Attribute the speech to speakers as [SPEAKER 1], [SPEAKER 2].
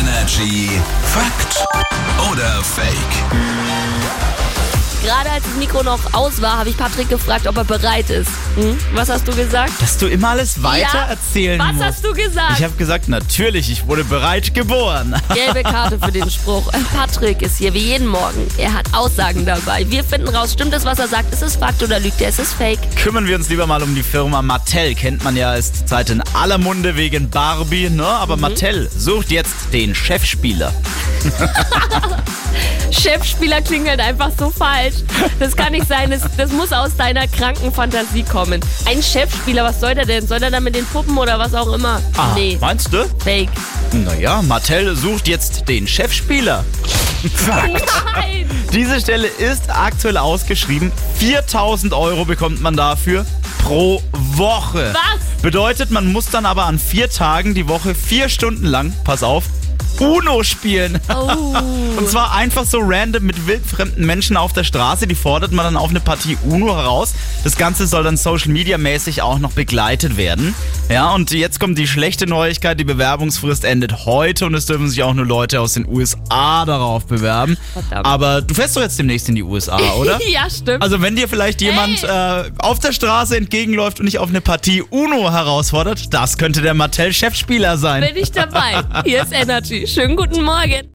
[SPEAKER 1] Energy Fakt oder Fake?
[SPEAKER 2] Gerade als das Mikro noch aus war, habe ich Patrick gefragt, ob er bereit ist. Hm? Was hast du gesagt?
[SPEAKER 3] Dass du immer alles weiter
[SPEAKER 2] Ja,
[SPEAKER 3] erzählen
[SPEAKER 2] Was
[SPEAKER 3] musst.
[SPEAKER 2] hast du gesagt?
[SPEAKER 3] Ich habe gesagt, natürlich, ich wurde bereit geboren.
[SPEAKER 2] Gelbe Karte für den Spruch. Patrick ist hier wie jeden Morgen. Er hat Aussagen dabei. Wir finden raus, stimmt es, was er sagt? Ist es Fakt oder lügt er? Ist es Fake?
[SPEAKER 3] Kümmern wir uns lieber mal um die Firma Mattel. Kennt man ja, ist zurzeit in aller Munde wegen Barbie, ne? Aber Mattel sucht jetzt den Chefspieler.
[SPEAKER 2] Chefspieler klingt halt einfach so falsch. Das kann nicht sein. Das, das muss aus deiner kranken Fantasie kommen. Ein Chefspieler, was soll der denn? Soll der da mit den Puppen oder was auch immer?
[SPEAKER 3] Ah,
[SPEAKER 2] nee,
[SPEAKER 3] Meinst du?
[SPEAKER 2] Fake.
[SPEAKER 3] Naja, Mattel sucht jetzt den Chefspieler.
[SPEAKER 2] Nein!
[SPEAKER 3] Diese Stelle ist aktuell ausgeschrieben. 4000 Euro bekommt man dafür pro Woche.
[SPEAKER 2] Was?
[SPEAKER 3] Bedeutet, man muss dann aber an vier Tagen die Woche vier Stunden lang, pass auf, Uno spielen.
[SPEAKER 2] Oh.
[SPEAKER 3] Und zwar einfach so random mit wildfremden Menschen auf der Straße. Die fordert man dann auf eine Partie Uno heraus. Das Ganze soll dann Social Media mäßig auch noch begleitet werden. Ja, und jetzt kommt die schlechte Neuigkeit. Die Bewerbungsfrist endet heute und es dürfen sich auch nur Leute aus den USA darauf bewerben.
[SPEAKER 2] Verdammt.
[SPEAKER 3] Aber du fährst doch jetzt demnächst in die USA, oder?
[SPEAKER 2] Ja, stimmt.
[SPEAKER 3] Also wenn dir vielleicht jemand äh, auf der Straße entgegenläuft und dich auf eine Partie Uno herausfordert, das könnte der Mattel-Chefspieler sein.
[SPEAKER 2] Bin ich dabei. Hier ist Energy. Schönen guten Morgen.